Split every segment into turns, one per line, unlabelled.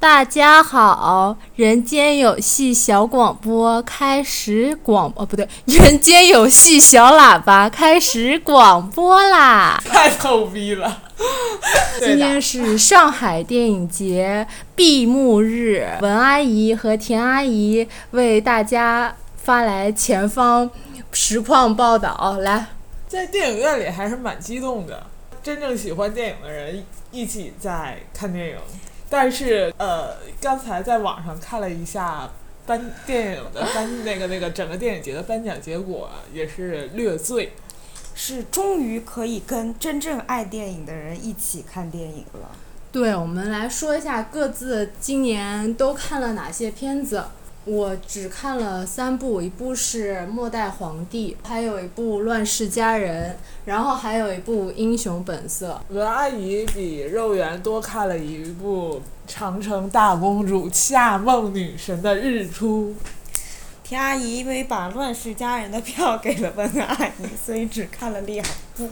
大家好，人间有戏小广播开始广哦，不对，人间有戏小喇叭开始广播啦！
太逗逼了。 对
今
的
天是上海电影节闭幕日，文阿姨和田阿姨为大家发来前方实况报道。来，
在电影院里还是蛮激动的。真正喜欢电影的人一起在看电影，但是呃，刚才在网上看了一下颁电影的颁那个那个整个电影节的颁奖结果，也是略醉。
是终于可以跟真正爱电影的人一起看电影了。
对我们来说一下各自今年都看了哪些片子。我只看了三部，一部是《末代皇帝》，还有一部《乱世佳人》，然后还有一部《英雄本色》。
文阿姨比肉圆多看了一部《长城大公主夏梦女神的日出
田阿姨因为把《乱世佳人》的票给了温阿姨，所以只看了两部。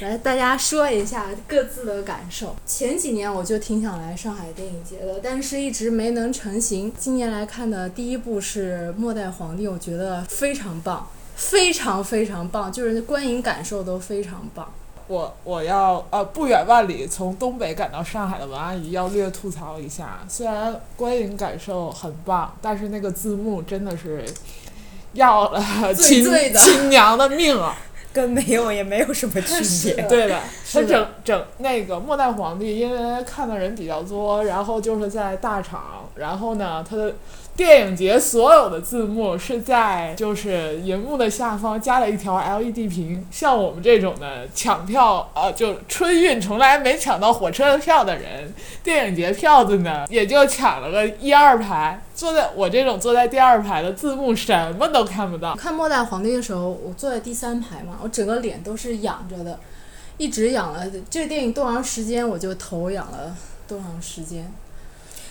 来，大家说一下各自的感受。前几年我就挺想来上海电影节的，但是一直没能成行。今年来看的第一部是《末代皇帝》，我觉得非常棒，非常非常棒，就是观影感受都非常棒。》。
我我要呃不远万里从东北赶到上海的文阿姨要略吐槽一下，虽然观影感受很棒，但是那个字幕真的是要了
醉
亲
醉的
亲娘的命啊！
跟没有也没有什么区
是
别。
对的，他
的
整整那个末代皇帝，因为看的人比较多，然后就是在大场，然后呢，他的电影节所有的字幕是在就是银幕的下方加了一条 LED 屏，像我们这种的抢票啊、呃就春运从来没抢到火车票的人，电影节票子呢也就抢了个一二排，坐在我这种坐在第二排的字幕什么都看不到
我。看《末代皇帝》的时候，我坐在第三排嘛，我整个脸都是仰着的，一直仰了。这个电影多长时间，我就头仰了多长时间。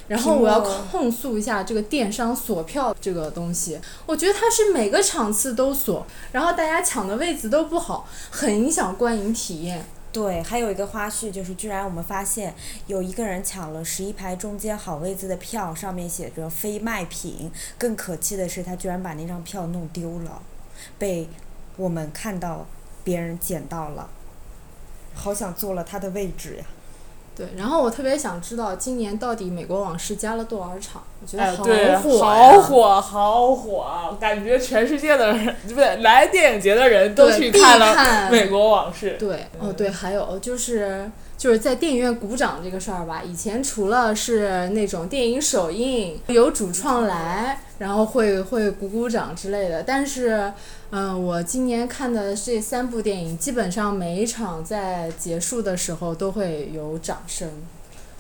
然后我要
屏幕
控诉一下这个电商锁票这个东西，我觉得它是每个场次都锁，然后大家抢的位置都不好，很影响观影体验。
对，还有一个花絮就是，居然我们发现有一个人抢了十一排中间好位子的票，上面写着非卖品。更可气的是，他居然把那张票弄丢了，被我们看到别人捡到了。好想坐了他的位置呀！
对，然后我特别想知道今年到底《美国往事》加了多少场，我觉
哎，
得好火、
对，好！火，好火！啊感觉全世界的人，不对，来电影节的人都
对
去
必
看了
看
《美国往事》。
对，哦
嗯
对，还有就是就是在电影院鼓掌这个事儿吧，以前除了是那种电影首映有主创来，然后会会鼓鼓掌之类的，但是嗯，我今年看的这三部电影，基本上每一场在结束的时候都会有掌声，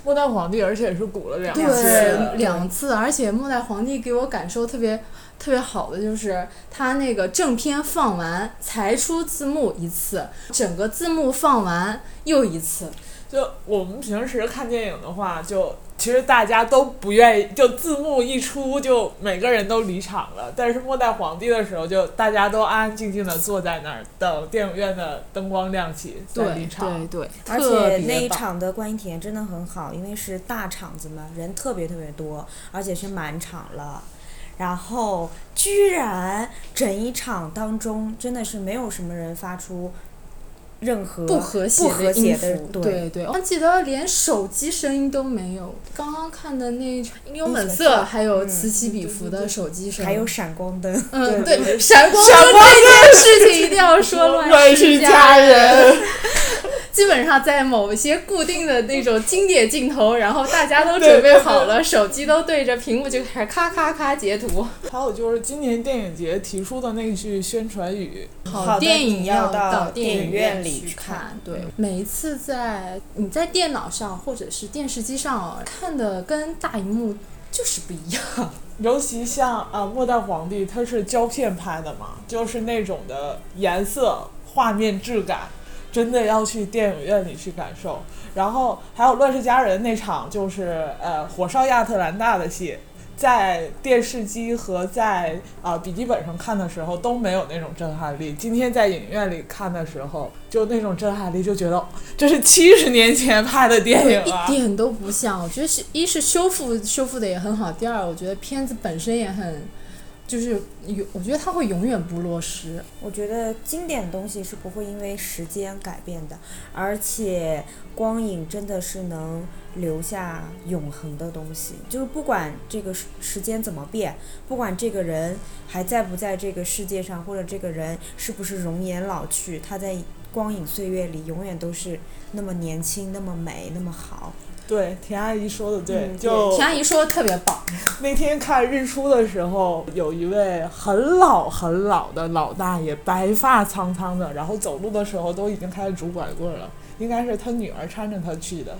末代皇帝，而且是鼓了两
对，
次，
嗯两次，而且《末代皇帝》给我感受特别特别好的就是，他那个正片放完才出字幕一次，整个字幕放完又一次。
就我们平时看电影的话，就其实大家都不愿意，就字幕一出，就每个人都离场了。但是《末代皇帝》的时候，就大家都安安静静的坐在那儿，等电影院的灯光亮起再离
对
场。
对对，
而
特
且
别
那一
棒
场的观影体验真的很好，因为是大场子嘛，人特别特别多，而且是满场了。然后居然整一场当中真的是没有什么人发出任何
不和谐
不和谐
音
的
符，
对
对对，我记得连手机声音都没有。刚刚看的那一场《英雄本
英雄
色
本》，色
还有
嗯
此起彼伏的手机声，
还有闪光灯，
嗯，
对
对，闪光
闪
灯
光
这件事情一定要说
乱
乱
世
世
佳
佳人。
人。
基本上在某一些固定的那种经典镜头，然后大家都准备好了，手机都对着屏幕就开始咔咔咔截图。
还有就是今年电影节提出的那句宣传语，
好的
电影
你要到
到
电
影
影
院
院里
去
去看。
对，每一次在嗯你在电脑上或者是电视机上哦看的跟大荧幕就是不一样。
尤其像啊《末代皇帝》，它是胶片拍的嘛，就是那种的颜色、画面质感，真的要去电影院里去感受。然后还有《乱世佳人》那场，就是呃火烧亚特兰大的戏，在电视机和在啊、笔记本上看的时候都没有那种震撼力。今天在影院里看的时候，就那种震撼力，就觉得哦这是七十年前拍的电影啊
一。点都不像。我觉得是一是修复修复的也很好，第二我觉得片子本身也很，就是有我觉得它会永远不落实。
我觉得经典的东西是不会因为时间改变的，而且光影真的是能留下永恒的东西。就是不管这个时时间怎么变，不管这个人还在不在这个世界上，或者这个人是不是容颜老去，他在光影岁月里永远都是那么年轻、那么美、那么好。
对，田阿姨说的对，
嗯
就
田阿姨说的特别棒，
那天看日出的时候，有一位很老很老的老大爷，白发苍苍的，然后走路的时候都已经开始拄拐棍了，应该是他女儿搀着他去的。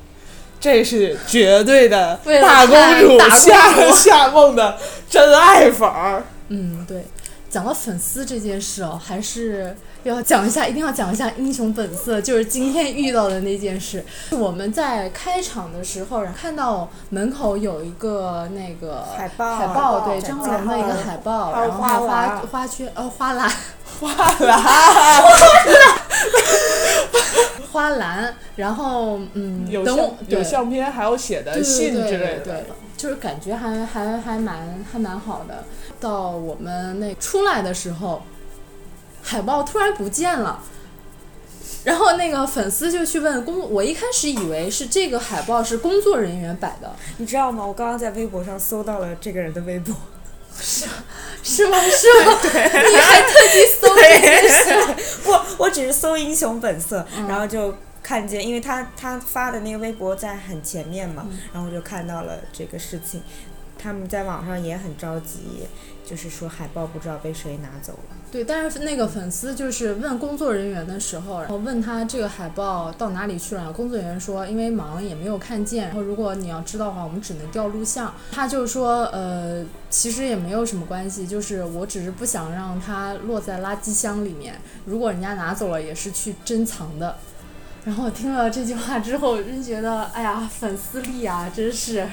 这是绝对的
为了
大公主
看大公主
夏夏梦的真爱粉儿。
嗯，对。讲到粉丝这件事哦，还是要讲一下，一定要讲一下英雄本色，就是今天遇到的那件事。我们在开场的时候，然后看到门口有一个那个
海报
海
海报
报对
展
张
示
龙的一个
会
海报，
还有
然后还有
花
花
篮
花圈哦花篮，
花篮，
花篮，然后嗯，
有
等
相
我
有
对
相片，还有写的
对
呃信
对对
之类
对
的。
就是感觉还还还蛮还蛮好的。到我们那出来的时候，海报突然不见了。然后那个粉丝就去问工，我一开始以为是这个海报是工作人员摆的，
你知道吗？我刚刚在微博上搜到了这个人的微博，
是吗？是吗？你还特地搜了一件事，
不， 我只是搜英雄本色，然后就看见，因为他他发的那个微博在很前面嘛，然后我就看到了这个事情，他们在网上也很着急，就是说海报不知道被谁拿走了。
对，但是那个粉丝就是问工作人员的时候，然后问他这个海报到哪里去了，工作人员说因为忙也没有看见，然后如果你要知道的话，我们只能调录像。他就说呃，其实也没有什么关系，就是我只是不想让它落在垃圾箱里面，如果人家拿走了也是去珍藏的。然后我听了这句话之后，真觉得哎呀，粉丝力啊，真是。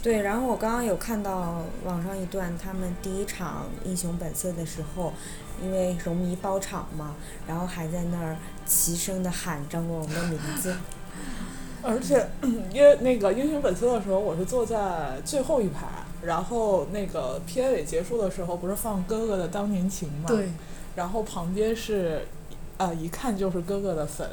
对，然后我刚刚有看到网上一段他们第一场英雄本色的时候，因为荣迷包场嘛，然后还在那儿齐声的喊张国荣的名 字，
而且，因为那个《英雄本色》的时候，我是坐在最后一排，然后那个片尾结束的时候，不是放哥哥的《当年情》嘛？。
对，
然后旁边是，啊、一看就是哥哥的粉，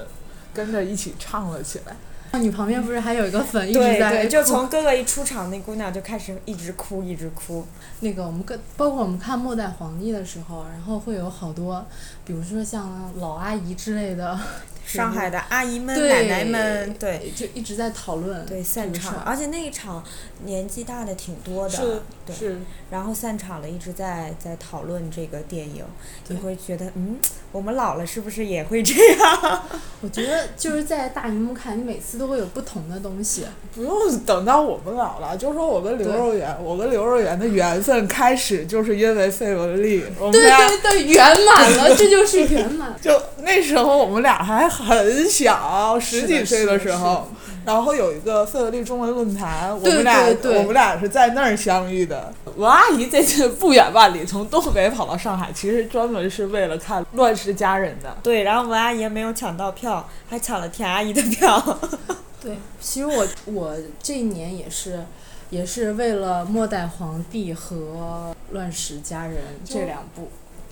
跟着一起唱了起来。
你旁边不是还有一个粉一直
对
在
对，就
哭
从哥哥一出场，那姑娘就开始一直哭一直哭，
那个我们跟包括我们看《末代皇帝》的时候，然后会有好多，比如说像老阿姨之类的，
上海的阿 姨们、
对
嗯奶奶们，对
就一直在讨论
对散
这个事
场，
儿
而且那一场年纪大的挺多
是
的，对，
是，
然后散场了，一直在在讨论这个电影，
对
你会觉得嗯，我们老了是不是也会这样？
我觉得就是在大荧幕看，你每次都会有不同的东西。
不用等到我们老了，就说我跟刘
对
若元，我跟刘若元的缘分开始就是因为费雯丽，我们
对
俩
对对，圆满了，这就是圆 满。
就那时候我们俩还很小，十几岁时候，然后有一个费雯丽中文论坛，我
对
们俩
对对
我们俩是在那儿相遇的。我阿姨这次不远万里从东北跑到上海，其实专门是为了看《乱世佳人》的。
对，然后文阿姨没有抢到票，还抢了田阿姨的票，
对，其实我我这一年也是。也是为了《末代皇帝》和《乱世佳人》这两部，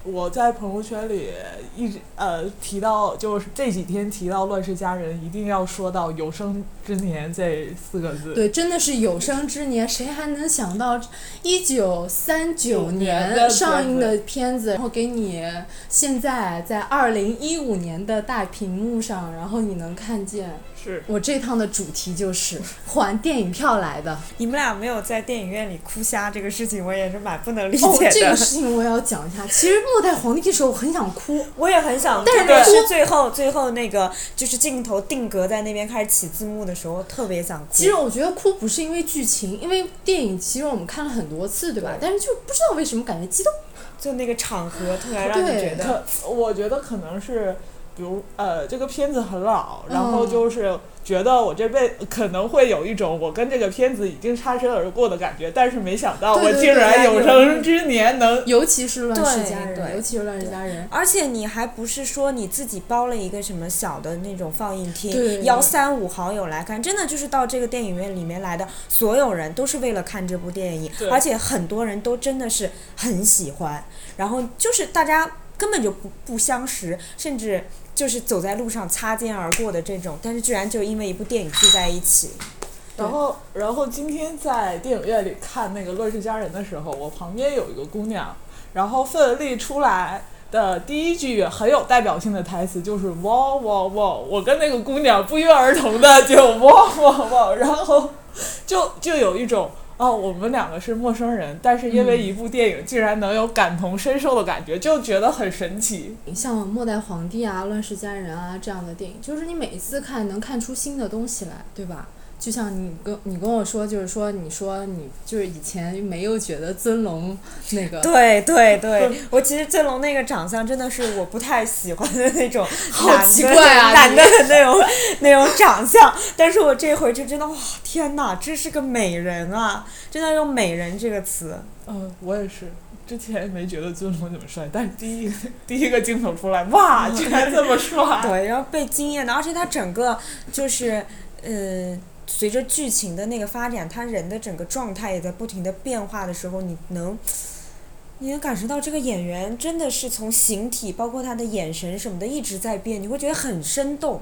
我在朋友圈里一直呃提到，就是这几天提到《乱世佳人》，一定要说到“有生之年”这四个字。
对，真的是有生之年，谁还能想到一九三九
年的
年上映
片
的片子，然后给你现在在二零一五年的大屏幕上，然后你能看见。
是
我这趟的主题就是还电影票来的。
你们俩没有在电影院里哭瞎这个事情，我也是蛮不能理
哦
解，
这
的。
个事情我也要讲一下。其实《末代皇帝》的时候，我很想哭。
我也很想，
但是
特别
哭
是最后最后那个就是镜头定格在那边开始起字幕的时候，我特别想哭。
其实我觉得哭不是因为剧情，因为电影其实我们看了很多次，对吧？但是就不知道为什么感觉激动。
就那个场合突然让你
对
觉得，
可我觉得可能是比如呃，这个片子很老，然
嗯
后就是觉得我这辈可能会有一种我跟这个片子已经擦身而过的感觉，但是没想到
对
我
对
竟
对
然
有
有生之年能
尤其是乱世
对
佳人，
对
尤其是乱世佳人，
而且你还不是说你自己包了一个什么小的那种放映
对
厅，邀三五好友来看，真的就是到这个电影院里面来的所有人都是为了看这部电影
对，
而且很多人都真的是很喜欢，然后就是大家根本就不不相识，甚至就是走在路上擦肩而过的这种，但是居然就因为一部电影聚在一起，
然后，然后今天在电影院里看那个《乱世佳人》的时候，我旁边有一个姑娘，然后奋力出来的第一句很有代表性的台词就是“哇哇哇”，我跟那个姑娘不约而同的就“哇哇哇”，然后就就有一种。哦，我们两个是陌生人，但是因为一部电影，竟然能有感同身受的感觉，就觉得很神奇。
像《末代皇帝》啊、《乱世佳人啊》这样的电影，就是你每一次看能看出新的东西来，对吧？就像你跟你跟我说，就是说你说你就是以前没有觉得尊龙那个嗯
对对对，我其实尊龙那个长相真的是我不太喜欢的那种
好
男的
奇怪啊
男的 那种那种长相。但是我这回就真的哇，天哪，这是个美人啊！真的用“美人”这个词，
嗯、我也是，之前没觉得尊龙怎么帅，但是第一个 第一个镜头出来，哇，竟然这么帅！
对，然后被惊艳的，而且他整个就是呃。随着剧情的那个发展，他人的整个状态也在不停的变化的时候，你能，你能感受到这个演员真的是从形体，包括他的眼神什么的一直在变，你会觉得很生动，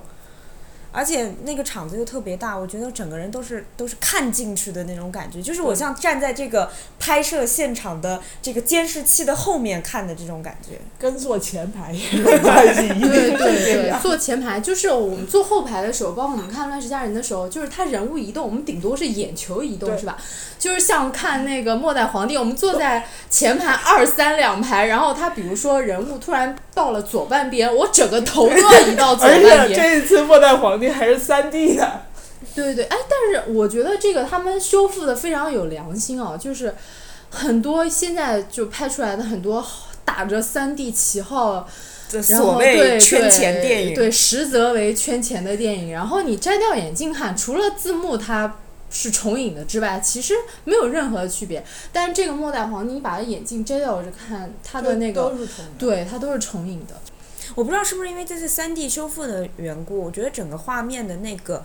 而且那个场子又特别大，我觉得整个人都是都是看进去的那种感觉，就是我
对
像站在这个拍摄现场的这个监视器的后面看的这种感觉。
跟坐前 排也有关系，一定
对
是
对
这
对，
样。
坐前排就是我们坐后排的时候，包括我们看《乱世佳人》的时候，就是他人物移动，我们顶多是眼球移动，
对
是吧？就是像看那个《末代皇帝》，我们坐在前排二三两排，然后他比如说人物突然到了左半边，我整个 头都要移到左
而
半边。
且这一次《末代皇帝》还是三 D 的，
对对对，哎，但是我觉得这个他们修复的非常有良心哦，就是很多现在就拍出来的很多打着三 D 旗号。
这
然后
所
对
谓圈钱电影，
对，对实则为圈钱的电影。然后你摘掉眼镜看，除了字幕它是重影的之外，其实没有任何区别。但是这个《末代皇帝》，你把眼镜摘掉着看，它的那个，
都是重的。
对，它都是重影 的。
我不知道是不是因为这次三 D 修复的缘故，我觉得整个画面的那个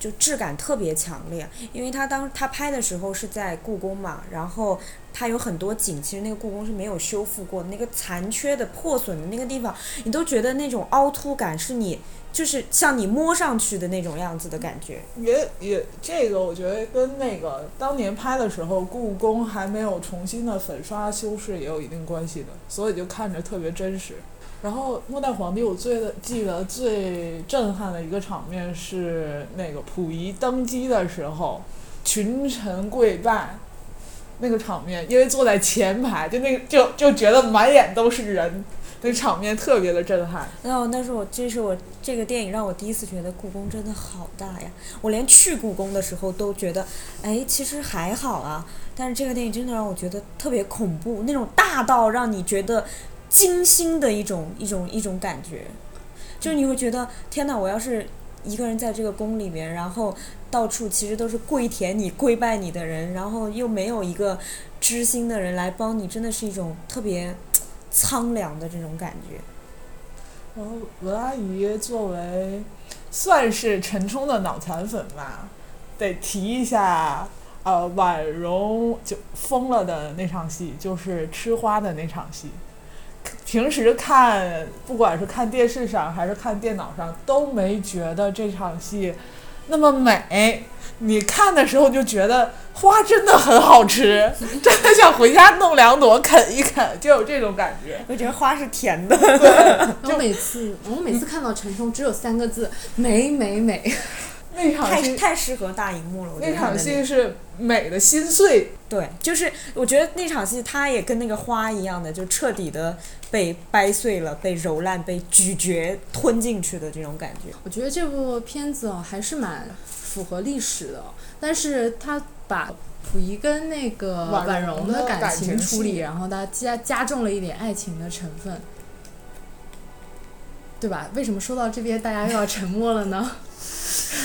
就质感特别强烈。因为他当他拍的时候是在故宫嘛，然后他有很多景，其实那个故宫是没有修复过的，那个残缺的、破损的那个地方，你都觉得那种凹凸感是你就是像你摸上去的那种样子的感觉。
也也，这个我觉得跟那个当年拍的时候，故宫还没有重新的粉刷修饰也有一定关系的，所以就看着特别真实。然后《末代皇帝》，我最的记得最震撼的一个场面是那个溥仪登基的时候，群臣跪拜那个场面，因为坐在前排，就那个就就觉得满眼都是人，那场面特别的震撼。
那我那是我这是我这个电影让我第一次觉得故宫真的好大呀！我连去故宫的时候都觉得，哎，其实还好啊。但是这个电影真的让我觉得特别恐怖，那种大到让你觉得惊心的一种一种一种感觉，就是你会觉得天哪！我要是一个人在这个宫里面，然后到处其实都是跪舔你、跪拜你的人，然后又没有一个知心的人来帮你，真的是一种特别苍凉的这种感觉。
然后文阿姨作为算是陈冲的脑残粉吧，得提一下，呃，婉容就疯了的那场戏，就是吃花的那场戏。平时看，不管是看电视上还是看电脑上，都没觉得这场戏那么美。你看的时候就觉得花真的很好吃，真的想回家弄两朵啃一啃，就有这种感觉。
我觉得花是甜
嗯
的，
我每次我每次看到陈冲只有三个字：美美美。
那场戏
太太适合大荧幕了。我觉
那
得他
场
的
戏是美的心碎，
对，就是我觉得那场戏他也跟那个花一样的，就彻底的被掰碎了、被揉烂、被咀嚼、吞进去的这种感觉。
我觉得这部片子哦还是蛮符合历史的哦，但是它把。溥仪跟那个
婉
婉
容
容
的
的感
感
情
情
处
戏
理，然后它加加重了一点爱情的成分。对吧？为什么说到这边大家又要沉默了呢？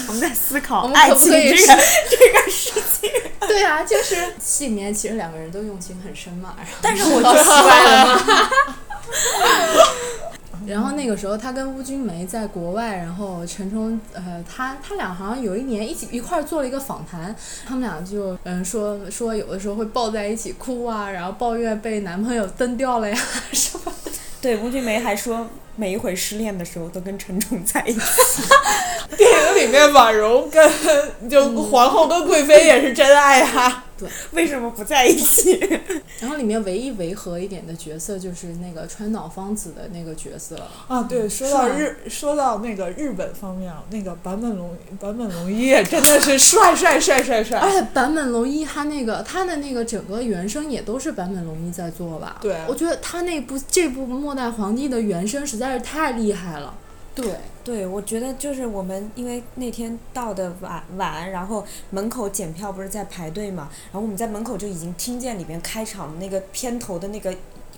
我们在思考
我们
爱
可不
情
可以
这个这个事情，
对啊，就是戏里面其实两个人都用情很深嘛，然后
但是
哦
我觉得
然后那个时候他跟邬君梅在国外，然后陈冲呃，他他俩好像有一年一起一块儿做了一个访谈，他们俩就嗯说说有的时候会抱在一起哭啊，然后抱怨被男朋友蹬掉了呀什么。
对吴俊梅还说，每一回失恋的时候都跟陈冲在一起，
电影里面婉容跟就皇后跟贵妃也是真爱啊。
为什么不在一起？
然后里面唯一违和一点的角色就是那个川岛芳子的那个角色，
啊，对，说
是
到
吗
日，啊说到那个日本方面，啊那个坂本龙坂本龙一真的是帅帅帅帅
而
帅。
且坂本龙一他那个他的那个整个原声也都是坂本龙一在做吧？
对
我觉得他那部这部《末代皇帝》的原声实在是太厉害了。对，
对，我觉得就是我们，因为那天到的晚晚，然后门口检票不是在排队嘛，然后我们在门口就已经听见里边开场那个片头的那个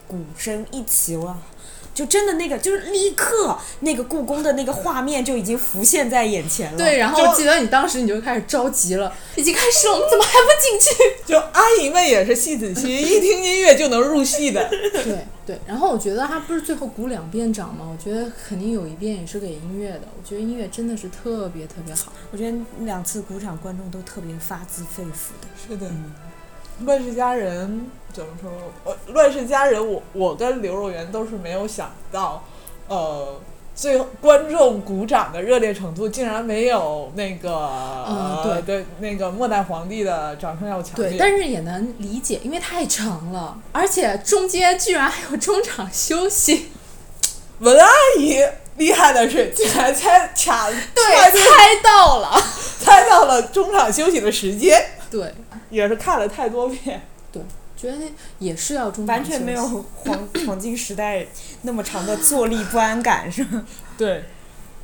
鼓声一起哇，就真的那个就是立刻那个故宫的那个画面就已经浮现在眼前了。
对，然后
就
我记得你当时你就开始着急了，已经开始了，我们怎么还不进去？
就阿姨们也是戏子心，一听音乐就能入戏的。
对对，然后我觉得他不是最后鼓两遍掌吗？我觉得肯定有一遍也是给音乐的，我觉得音乐真的是特别特别好。
我觉得两次鼓掌，观众都特别发自肺腑的。
是的，
嗯，
乱世佳人怎么说？我乱世佳人，我我跟刘若元都是没有想到，呃，最后观众鼓掌的热烈程度竟然没有那个、
嗯对
呃对那个末代皇帝的掌声要强烈。
对，但是也能理解，因为太长了，而且中间居然还有中场休息。
文阿姨厉害的是，竟然猜 卡猜
对，猜到了。
猜到了中场休息的时间，
对，
也是看了太多遍。
觉得也是要中场
完全没有
休息
黄 黄金时代那么长的坐立不安感，是吧？
对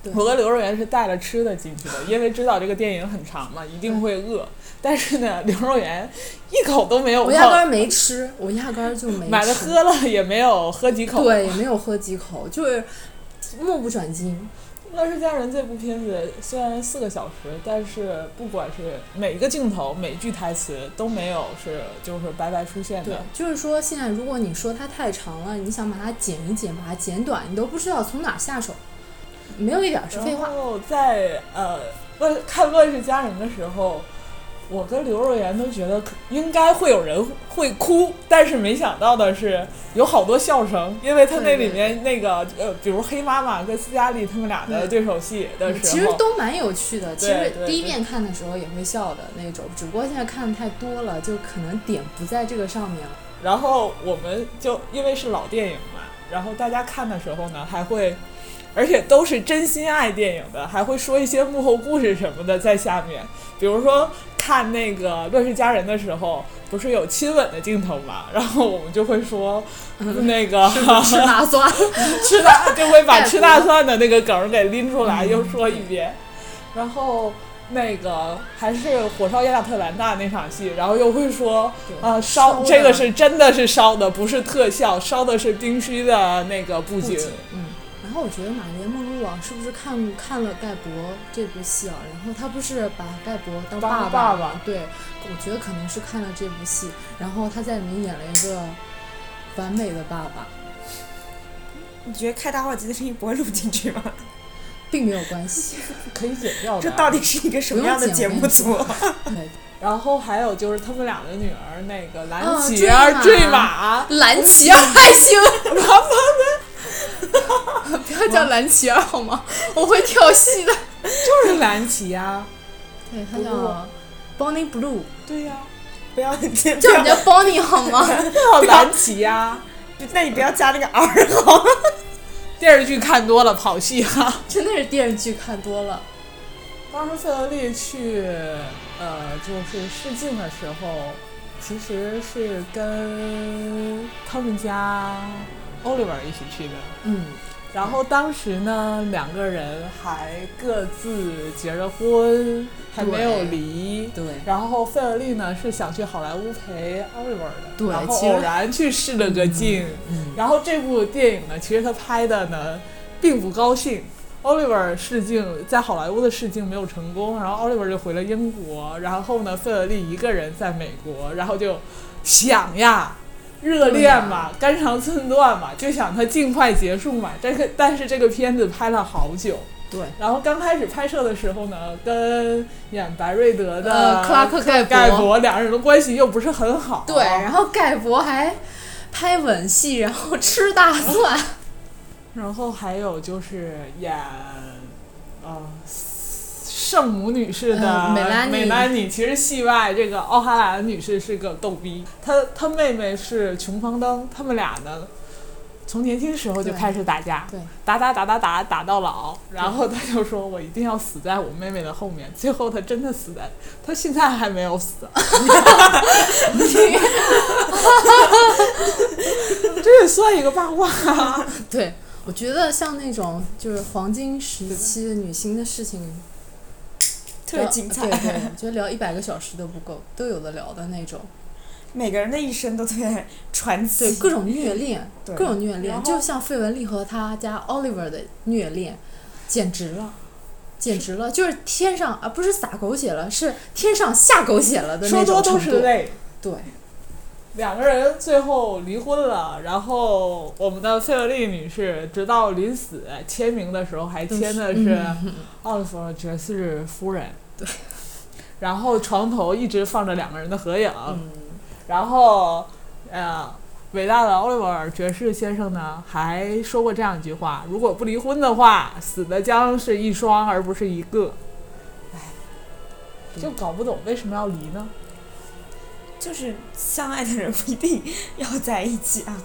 对
我跟刘若元是带了吃的进去的，因为知道这个电影很长嘛，一定会饿。 但是呢，刘若元一口都没有
我压根
碰，
儿没吃，我压根儿就没
买了
吃
喝了也没有喝几口。
对，也没有喝几口，就是目不转睛。
《乱世佳人》这部片子虽然四个小时，但是不管是每一个镜头、每一句台词都没有是就是白白出现
对
的。，
就是说现在如果你说它太长了，你想把它剪一剪，把它剪短，你都不知道从哪儿下手，没有一点儿是废话
然。后在呃乱看《乱世佳人》的时候，我跟刘若元都觉得可应该会有人会哭，但是没想到的是有好多笑声，因为他那
对对
里面那个呃，比如黑妈妈跟斯嘉丽他们俩的对手戏的时候，
其实都蛮有趣的，其实
对对
第一
对
遍看的时候也会笑的那种，只不过现在看的太多了，就可能点不在这个上面了。
然后我们就因为是老电影嘛，然后大家看的时候呢，还会，而且都是真心爱电影的，还会说一些幕后故事什么的在下面。比如说看那个《乱世佳人》的时候，不是有亲吻的镜头嘛，然后我们就会说那个
吃麻酸，
吃大就会把
太嗯
吃大蒜的那个梗儿给拎出来又说一遍，然后那个还是火烧亚特兰大那场戏，然后又会说
对
啊
烧
烧
的
这个是真的是烧的，不是特效，烧的是冰虚的那个布
不
景。
仅嗯。然后我觉得玛丽莲梦露啊，是不是看看了盖博这部戏啊？然后她不是把盖博当
当
爸
爸
吗
爸
对，我觉得可能是看了这部戏，然后她在里面演了一个完美的爸爸，
你觉得开大话机的声音不会录进去吗？
并没有关 系。
可以剪掉
这
的啊。
到底是一个什么样的节目组？
对，
然后还有就是他们俩的女儿那个蓝
哦
琪
坠
儿
马
坠 马，
蓝琪儿还行，不要叫蓝琪儿好吗？ 我会跳戏的。
就是蓝琪啊。
对，她
不
叫
过
Bonnie Blue，
对 呀、
不要，
叫人
不
家
要
Bonnie 好吗？
叫啊蓝琪呀、
那你不要加那个 R 好 吗？
电视剧看多了跑戏啊哈、
真的是电视剧看多了。
当时费德利去呃就是试镜的时候，其实是跟他们家 Oliver 一起去的。
嗯，
然后当时呢，两个人还各自结着婚，还没有离。
对。
然后费德利呢是想去好莱坞陪 Oliver 的，
对
然后
其实
偶然去试了个镜。
嗯
然后这部电影呢，其实他拍的呢。并不高兴。Oliver 试镜在好莱坞的试镜没有成功，然后 Oliver 就回了英国，然后呢，费尔利一个人在美国，然后就想呀，热恋嘛，
嗯
肝肠寸断嘛，就想它尽快结束嘛。这个但是这个片子拍了好久，
对。
然后刚开始拍摄的时候呢，跟演白瑞德的
呃，克拉克盖 博，
盖 博两人的关系又不是很好，
对，然后盖博还拍吻戏，然后吃大蒜，
然后还有就是演，呃，圣母女士的、
呃
美
美拉尼
尼其实戏外这个奥哈兰女士是个逗逼，她她妹妹是琼芳登，他们俩呢，从年轻时候就
对
开始打架，
对，
打打打打打打到老，然后她就说我一定要死在我妹妹的后面，最后她真的死在，她现在还没有死，这也算一个八卦啊。
对。我觉得像那种就是黄金时期的女星的事情，
特别精彩
对。对，我觉得聊一百个小时都不够，都有的聊的那种。
每个人的一生都特别传
对
奇，
各种虐恋，
对
各种虐恋
然，后
就像费雯丽和她家 Oliver 的虐恋，简直了，简直了，就是天上啊，不是撒狗血了，是天上下狗血了的
说
那
多
种
都
程
是
度。
泪。
对，
两个人最后离婚了，然后我们的费雯丽女士直到临死签名的时候还签的是啊奥利弗爵士夫人，
嗯对，
然后床头一直放着两个人的合影，
嗯，
然后呃，伟大的奥利弗爵士先生呢还说过这样一句话：如果不离婚的话，死的将是一双而不是一个。哎，就搞不懂为什么要离呢？
就是相爱的人不一定要在一起啊。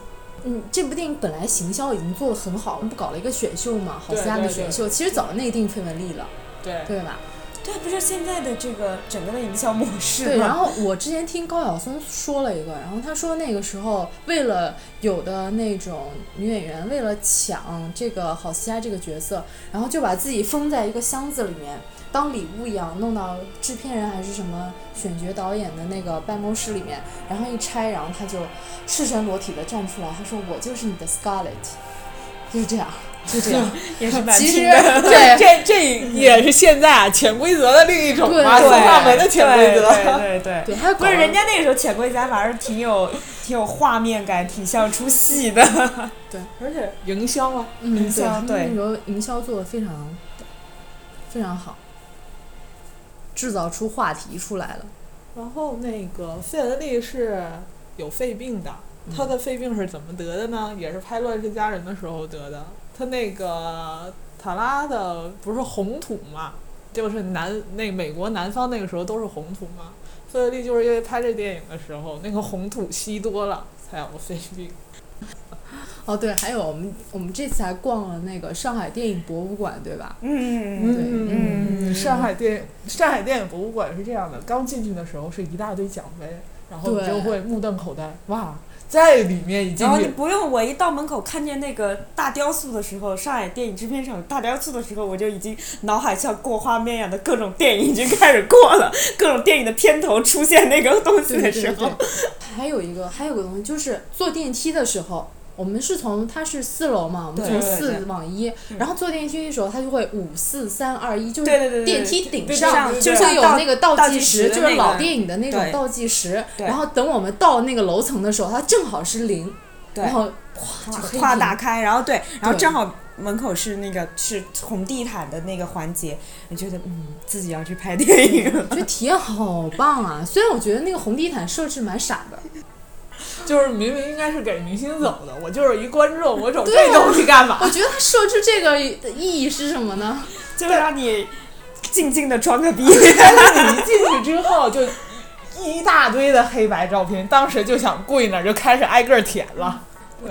嗯，这部电影本来行销已经做得很好，不搞了一个选秀嘛，好
对
希腊的
对对
选秀，其实早就内定费雯丽了，
对，
对吧？
对，不是现在的这个整个的营销模式
对，
吗
然后我之前听高晓松说了一个，然后他说那个时候为了有的那种女演员为了抢这个郝希亚这个角色，然后就把自己封在一个箱子里面，当礼物一样弄到制片人还是什么选角导演的那个办公室里面，然后一拆，然后他就赤身裸体的站出来，他说我就是你的 Scarlett，就是 这样，就这样。
也 是蛮
其
拼
实
的。
对，
这这也是现在啊潜规则的另一种嘛，
对
送上门的潜规
对对
则。
对对
对，还有
不是
搞
人家那个时候潜规则反而挺有挺有画面感，挺像出戏的。
而且营销啊，
嗯，
营
对
销
他们
对
那时候营销做的非常非常好，制造出话题出来了。
然后那个费雯丽是有肺病的，她的肺病是怎么得的呢？也是拍《乱世佳人》的时候得的。她那个塔拉的不是红土嘛，就是南那美国南方那个时候都是红土嘛。费雯丽就是因为拍这电影的时候，那个红土吸多了才有肺病。
哦，对，还有我们我们这次还逛了那个上海电影博物馆，对吧？
嗯，
对
嗯，上海电上海电影博物馆是这样的，刚进去的时候是一大堆奖杯，然后你
对
就会目瞪口呆，哇，在里面已经
然后你
有
不用我一到门口看见那个大雕塑的时候，上海电影制片厂有大雕塑的时候，我就已经脑海像过画面一样的各种电影已经开始过了，各种电影的片头出现那个东西
对
的
对
时
对
候
对，。还有一个还有个东西就是坐电梯的时候。我们是从它是四楼嘛，我们
对
从
对对
四
对
往一，
嗯
然后坐电梯的时候，它就会五四三二一，就是
对对对对
电梯顶
对
上
对
就
对
会有
像
那个倒
倒
计
计时
时，
的
就是
那
老
个
电影的那
对
种倒计时。
对
然后等我们到那个楼层的时候，它正好是零，
对
然后
就
哗就
跨打开，然后对，然后
对
正好门口是那个是红地毯的那个环节，你觉得嗯自己要去拍电影了，
我觉得体验好棒啊！虽然我觉得那个红地毯设置蛮傻的，
就是明明应该是给明星走的，我就是一观众，我走这东西干嘛？
我觉得它设置这个的意义是什么呢？
就让你静静的装个逼。
但是你一进去之后就一大堆的黑白照片，当时就想跪那儿，就开始挨个儿舔了。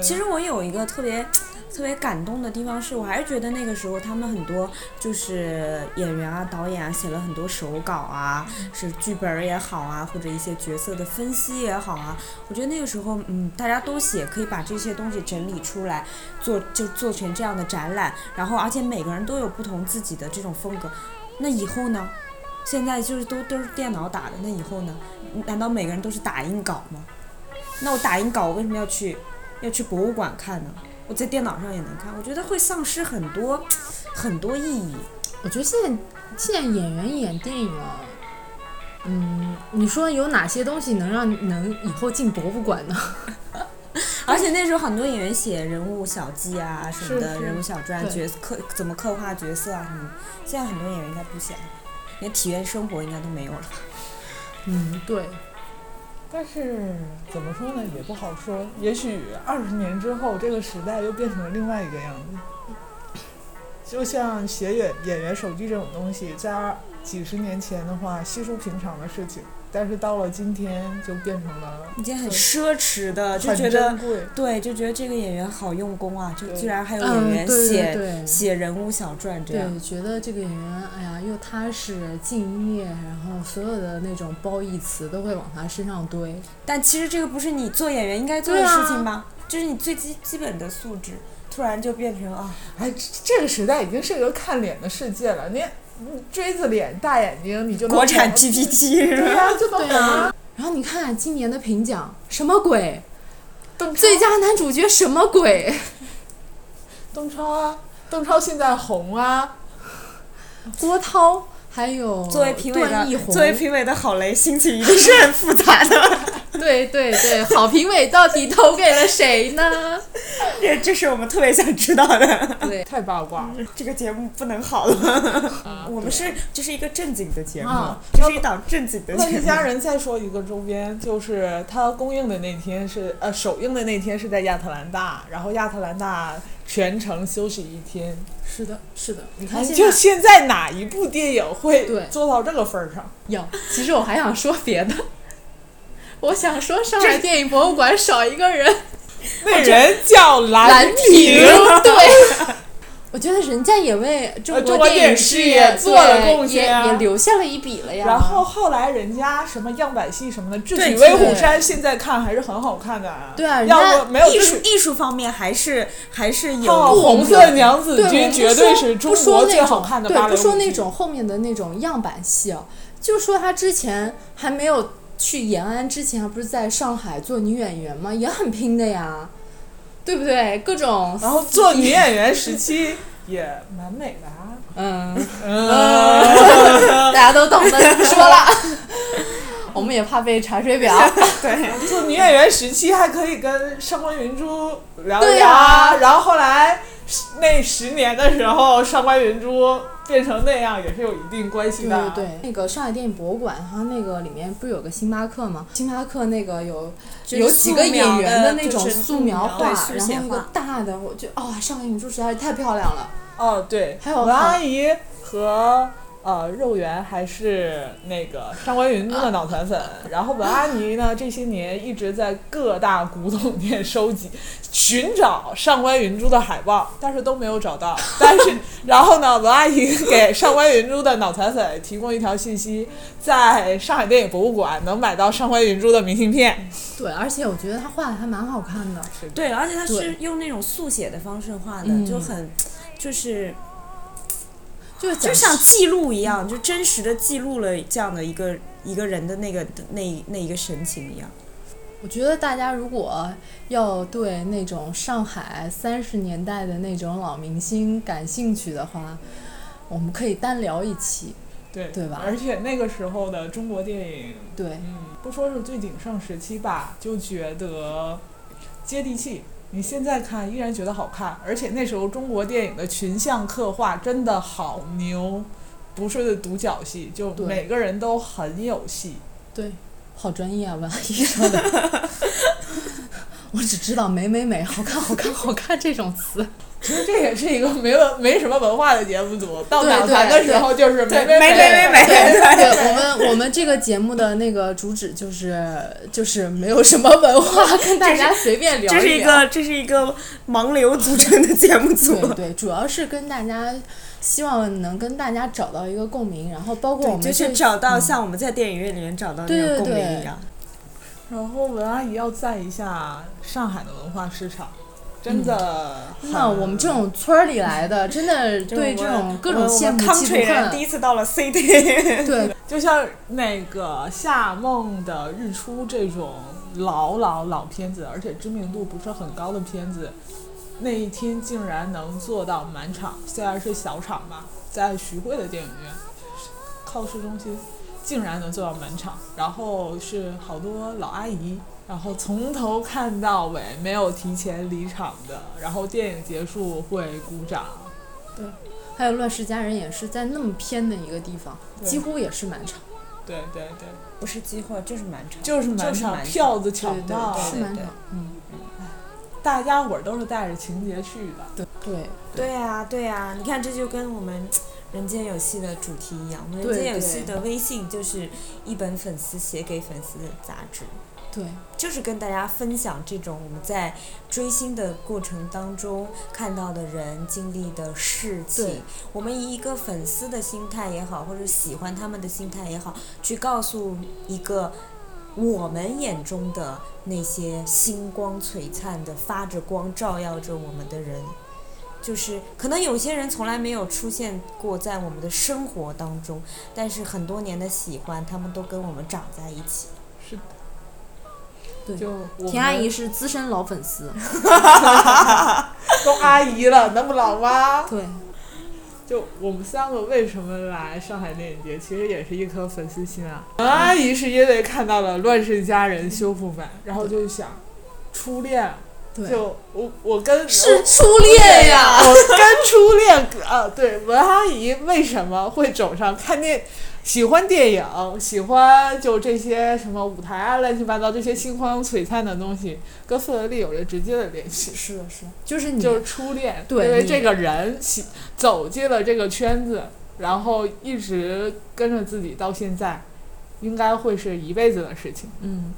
其实我有一个特别特别感动的地方是，我还是觉得那个时候他们很多就是演员啊、导演啊写了很多手稿啊，是剧本儿也好啊，或者一些角色的分析也好啊。我觉得那个时候，嗯，大家都写，可以把这些东西整理出来，做就做成这样的展览。然后，而且每个人都有不同自己的这种风格。那以后呢？现在就是都都是电脑打的，那以后呢？难道每个人都是打印稿吗？那我打印稿，我为什么要去要去博物馆看呢？我在电脑上也能看，我觉得会丧失很多很多意义。
我觉得现在现在演员演电影啊，嗯，你说有哪些东西能让能以后进博物馆呢？
而且那时候很多演员写人物小记啊什么的，人物小传
对
角色刻怎么刻画角色啊什么的，现在很多演员应该不写了，连体验生活应该都没有了。
嗯，对，
但是怎么说呢，也不好说。也许二十年之后，这个时代又变成了另外一个样子。就像写演演员手机这种东西，在二几十年前的话，稀疏平常的事情，但是到了今天，就变成了
一件很
对
奢侈的，就
很
觉得
珍贵。
对，就觉得这个演员好用功啊，就
对
居然还有演
嗯，
员
对
写、
对对。
写人物小传这样。
对，觉得这个演员，哎呀，又踏实、敬业，然后所有的那种褒义词都会往他身上堆。
但其实这个不是你做演员应该做的
对啊
事情吧？这是你最基基本的素质，突然就变成啊，
哎，这这个时代已经是一个看脸的世界了。你你锥子脸、大眼睛，你就能
国产
红
GPT 是
对
吧？
呀、就能
对
红
啊，然后你看今年的评奖，什么鬼？
邓超
最佳男主角什么鬼？
邓超啊，邓超现在红啊，
郭涛，还有
作为评委
段奕
的，
宏，
作为评委的郝雷心情一定是很复杂的。
对对对，好评委到底投给了谁呢？
这这是我们特别想知道的。
对，
太八卦了。
这个节目不能好了，
啊
我们是这是一个正经的节目
啊，
这是一档正经的
那
节
一
目。
家人再说一个周边，就是它公映的那天是呃首映的那天是在亚特兰大，然后亚特兰大全程休息一天。
是的，是的，你看
哎
现
就
在。
现在哪一部电影会
对哦
做到这个份儿上？
有，其实我还想说别的， 我想说上海电影博物馆少一个人，
那人叫
蓝
蓝
屏
屏。，
对。 我觉得人家也为中
呃中
国
国电
影
影
事
事业做了
对
贡献啊
也也留下了一笔了呀。
然后后来人家什么样板戏什么的，《智
对
取
对
威虎山》现在看还是很好看的啊。
对啊人
要
家
不没有
艺
智
术
取
艺术方面还是还是
靠
有
红色娘子
对，我
军
们
绝
不说
对是中
不说
国
那
最
种
好看的芭
对，
蕾
不说
舞
那
剧
种后面的那种样板戏啊，就说她之前还没有去延安之前，还不是在上海做女演员吗？也很拼的呀，对不对？各种
然后做女演员时期 也蛮美的啊。
嗯，
嗯，
大家都懂的，不说了。 我们也怕被查水表，
对。
做女演员时期还可以跟上官云珠聊
对
聊，啊
呀
然后后来那十年的时候，上官云珠变成那样也是有一定关系
对
的
对
啊。
对，那个上海电影博物馆，它那个里面不是有个星巴克吗？星巴克那个有
就是
有几个
素
演
描
员
的
那
就
种
是
素描
素描
画，
对
然
速写
后一个
画
大的，我就哦，上海女主实在是太漂亮了。
哦对，
还有
文阿姨和。呃，肉圆还是那个上官云珠的脑残粉，然后文阿妮呢，这些年一直在各大古董店收集、寻找上官云珠的海报，但是都没有找到。但是，然后呢，文阿姨给上官云珠的脑残粉提供一条信息，在上海电影博物馆能买到上官云珠的明信片。
对，而且我觉得他画的还蛮好看的。
对，而且他
对
是用那种速写的方式画的，
嗯
就很，就是
就是
就
讲
像记录一样，就真实的记录了这样的一个一个人的那个那那一个神情一样。
我觉得大家如果要对那种上海三十年代的那种老明星感兴趣的话，我们可以单聊一期。
对
对吧
而且那个时候的中国电影
对，
嗯，不说是最鼎盛时期吧，就觉得接地气。你现在看依然觉得好看，而且那时候中国电影的群像刻画真的好牛，不是独角戏，就
对
每个人都很有戏。
好专业啊，文阿姨说的。 我只知道美美美，好看好看好看这种词。
其实这也是一个没文 没什么文化的节目组，到
对
哪
对
谈的时候就是
对
没没
没没没
没
对
没
对，我们我们这个节目的那个主旨就是就是没有什么文 化，跟大家随便聊
这是一
聊。
个这是一个盲流组成的节目组。
对对，主要是跟大家，希望能跟大家找到一个共鸣，然后包括我们
就
这
是嗯找到像我们在电影院里面找到那
对
种
对
共鸣
对
一样。
然后文阿姨要赞一下上海的文化市场，真的
嗯
很、
那我们这种村儿里来的，真的
就
对
我
这
们
种各
嗯
种
我们
羡慕
康
嫉
垂
妒
人第
恨，
一次到了 CD，
对
就像那个《夏梦的日出》这种老老老片子，而且知名度不是很高的片子，那一天竟然能做到满场，虽然是小场吧，在徐汇的电影院，靠市中心，竟然能做到满场，然后是好多老阿姨。然后从头看到尾，没有提前离场的。然后电影结束会鼓掌，
还有《乱世佳人》也是在那么偏的一个地方，
对
几乎也是满场，
对对对，
不是机会就是满场，
就是满
就是
场，
满场
票子
对
抢
对
到，
对，是嗯
对
满
对
场，
大家伙儿都是带着情节去的。
对，
对啊，对啊，你看这就跟我们《人间有戏》的主题一样，我们《人
对
间有
对
戏》的微信就是一本粉丝写给粉丝的杂志，
对，
就是跟大家分享这种我们在追星的过程当中看到的人经历的事情
对。
我们以一个粉丝的心态也好，或者喜欢他们的心态也好，去告诉一个我们眼中的那些星光璀璨的、发着光照耀着我们的人。就是可能有些人从来没有出现过在我们的生活当中，但是很多年的喜欢，他们都跟我们长在一起。
是的，
对
就我们
田阿姨是资深老粉丝，
都阿姨了，能不老吗？
对，
就我们三个为什么来上海电影节，其实也是一颗粉丝心啊。阿姨是因为看到了《乱世佳人》修复版，然后就想初恋，
对，
就我我跟
是初恋呀，
我哦跟初恋 哥啊，对文阿姨为什么会走上看电，喜欢电影，喜欢就这些什么舞台啊，乱七八糟这些星光璀璨的东西，跟费德利有着直接的联系。
是的，是的，就是你，
就是初恋，
对
因为
你
这个人喜走进了这个圈子，然后一直跟着自己到现在，应该会是一辈子的事情。
嗯，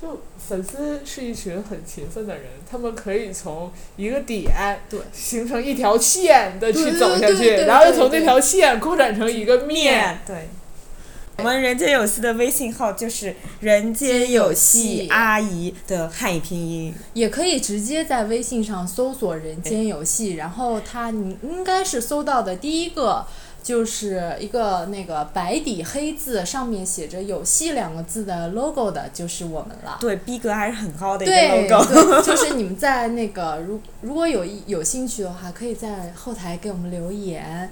就粉丝是一群很勤奋的人，他们可以从一个点
对
形成一条线的去
对
走下
对对
去，
对
然后又
对
从那
对
条线扩展成一个面。
面对。我们人间有戏的微信号就是“人间有戏阿姨”的汉语拼音，
啊也可以直接在微信上搜索“人间有戏”，然后它你应该是搜到的第一个。就是一个那个白底黑字上面写着“有戏”两个字的 logo 的，就是我们了。
对，逼格还是很高的
啊
一
对
个
对，
logo。
就是你们在那个如如果有一有兴趣的话，可以在后台给我们留言，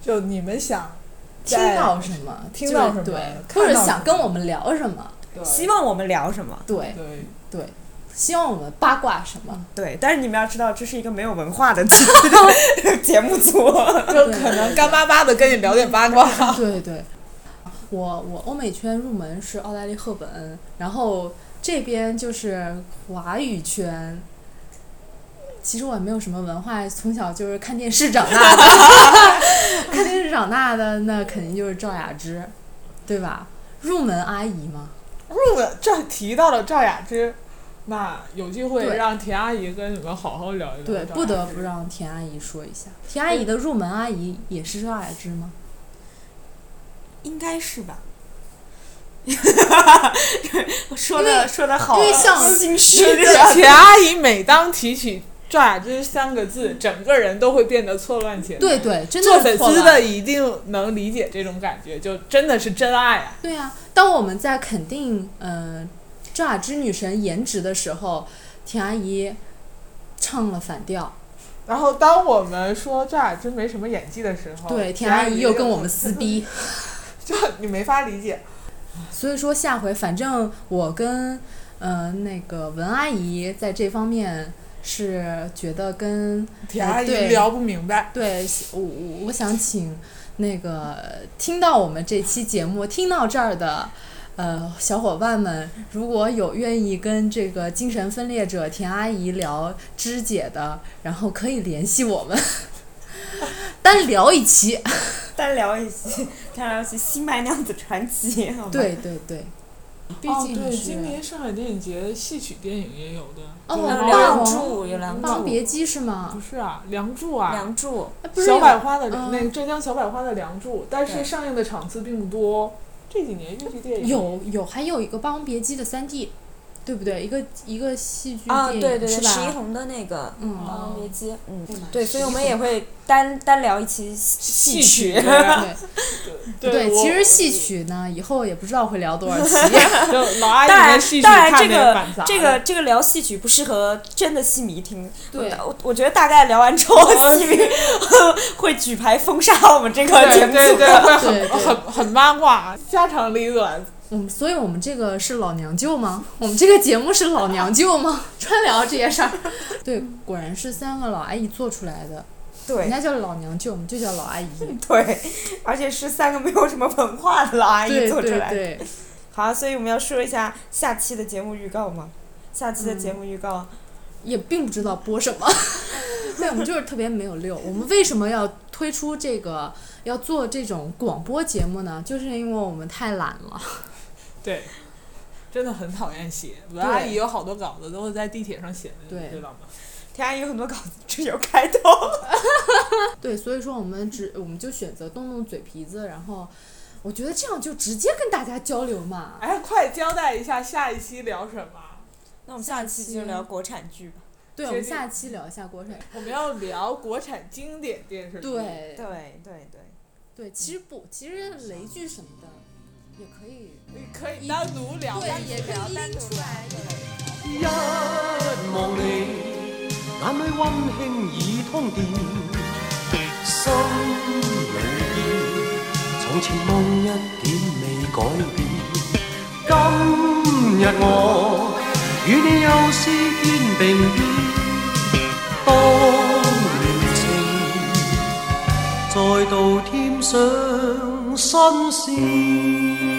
就你们想
听
在
到什么，
听
就
到
是
什么
对，或
看
者
到什
想
么
跟我们聊什么，
对
希望我们聊什么？
对
对
对，希望我们八卦什么，
对，但是你们要知道，这是一个没有文化的 节目组。
就可能干巴巴的跟你聊点八卦。
对对，我我欧美圈入门是奥黛丽·赫本，然后这边就是华语圈。其实我也没有什么文化，从小就是看电视长大的， 看电视长大的那肯定就是赵雅芝，对吧？入门阿姨嘛，
入了这提到了赵雅芝，那有机会
对
让田阿姨跟你们好好聊一聊。
对，不得不。让田阿姨说一下，田阿姨的入门阿姨也是赵雅芝吗？
应该是 吧？说
因
的
为
说的好，
因为像
心虚
是 的，田阿姨每当提起赵雅芝三个字，整个人都会变得错乱起来。
对，对，真
做
的
粉
是错
丝
了。
的一定能理解这种感觉，就真的是真爱啊！
对啊，当我们在肯定呃赵雅芝女神颜值的时候，田阿姨唱了反调，
然后当我们说赵雅芝没什么演技的时候，
对，哦田
阿
阿姨又跟我们撕 逼。
就 你没法理解。
所以说下回，反正我跟呃那个文阿姨在这方面是觉得跟
田阿姨
对
聊不明白，
对我我我想请那个听到我们这期节目听到这儿的。呃，小伙伴们，如果有愿意跟这个精神分裂者田阿姨聊肢解的，然后可以联系我们，单聊一期。
单聊一期，单聊一期《新白娘子传奇》好吗？
对对对，毕
哦，
竟
对，
是
今年上海电影节戏曲电影也有的。
哦有
就是王
梁
王
祝有梁
《
祝
霸王别姬》是
不
吗？
是啊，《梁祝》啊，
梁祝，
哎不是
小
有
百花的、
嗯
那个浙江小百花的《梁祝》，但是
对
上映的场次并不多。这几年越剧电影
有有，还有一个《霸王别姬》的三 D，对不对？一个一个戏剧
啊，
电影、
对对对，
是
史一
吧？
红的那个
嗯，
霸王别姬》，嗯，
对嘛
对，所以我们
史一
也会单单聊一期
戏
戏
曲
曲。
对
我
其实戏曲呢，以后也不知道会聊多 少期。
就老阿姨
当
们
然
戏曲
当然
看
这
的
个
反杂
这个这个聊戏曲不适合真的戏迷听，
对
我我觉得大概聊完之后，
哦
戏迷会举牌封杀我们这个
对
节目组。
对对，会很
对对
很很八卦，家长里短。
嗯，所以我们这个是老娘舅吗？我们这个节目是老娘舅吗？ 专聊这些事儿。对，果然是三个老阿姨做出来的，人
对嗯
家叫老娘舅，我们就叫老阿姨。
对，而且是三个没有什么文化的老阿姨
对
做出
对
来的。
对，
好啊，所以我们要说一下下期的节目预告吗？下期的节目预告，
也并不知道播什么。 对，我们就是特别没有溜。我们为什么要推出这个，要做这种广播节目呢？就是因为我们太懒了。
对，真的很讨厌写。文阿
对
姨有好多稿子都是在地铁上写的，
对
你知道吗？
天阿姨有很多稿子只有开头。
对，所以说我们只我们就选择动动嘴皮子，然后我觉得这样就直接跟大家交流嘛。
哎，快交代一下下一期聊什么？
那我们下期就聊国产剧吧。
对，
决定
我们下期聊一下国产。
我们要聊国产经典电视剧。
对
对对对，
对，其实不，其实雷剧什么的也可以，
可以单独聊。
对，也可以拎出来。
一望你，眼里温馨已通电，心里意，從前夢一點未改變。今日我與你又試肩並肩，當年情再度添上新鮮。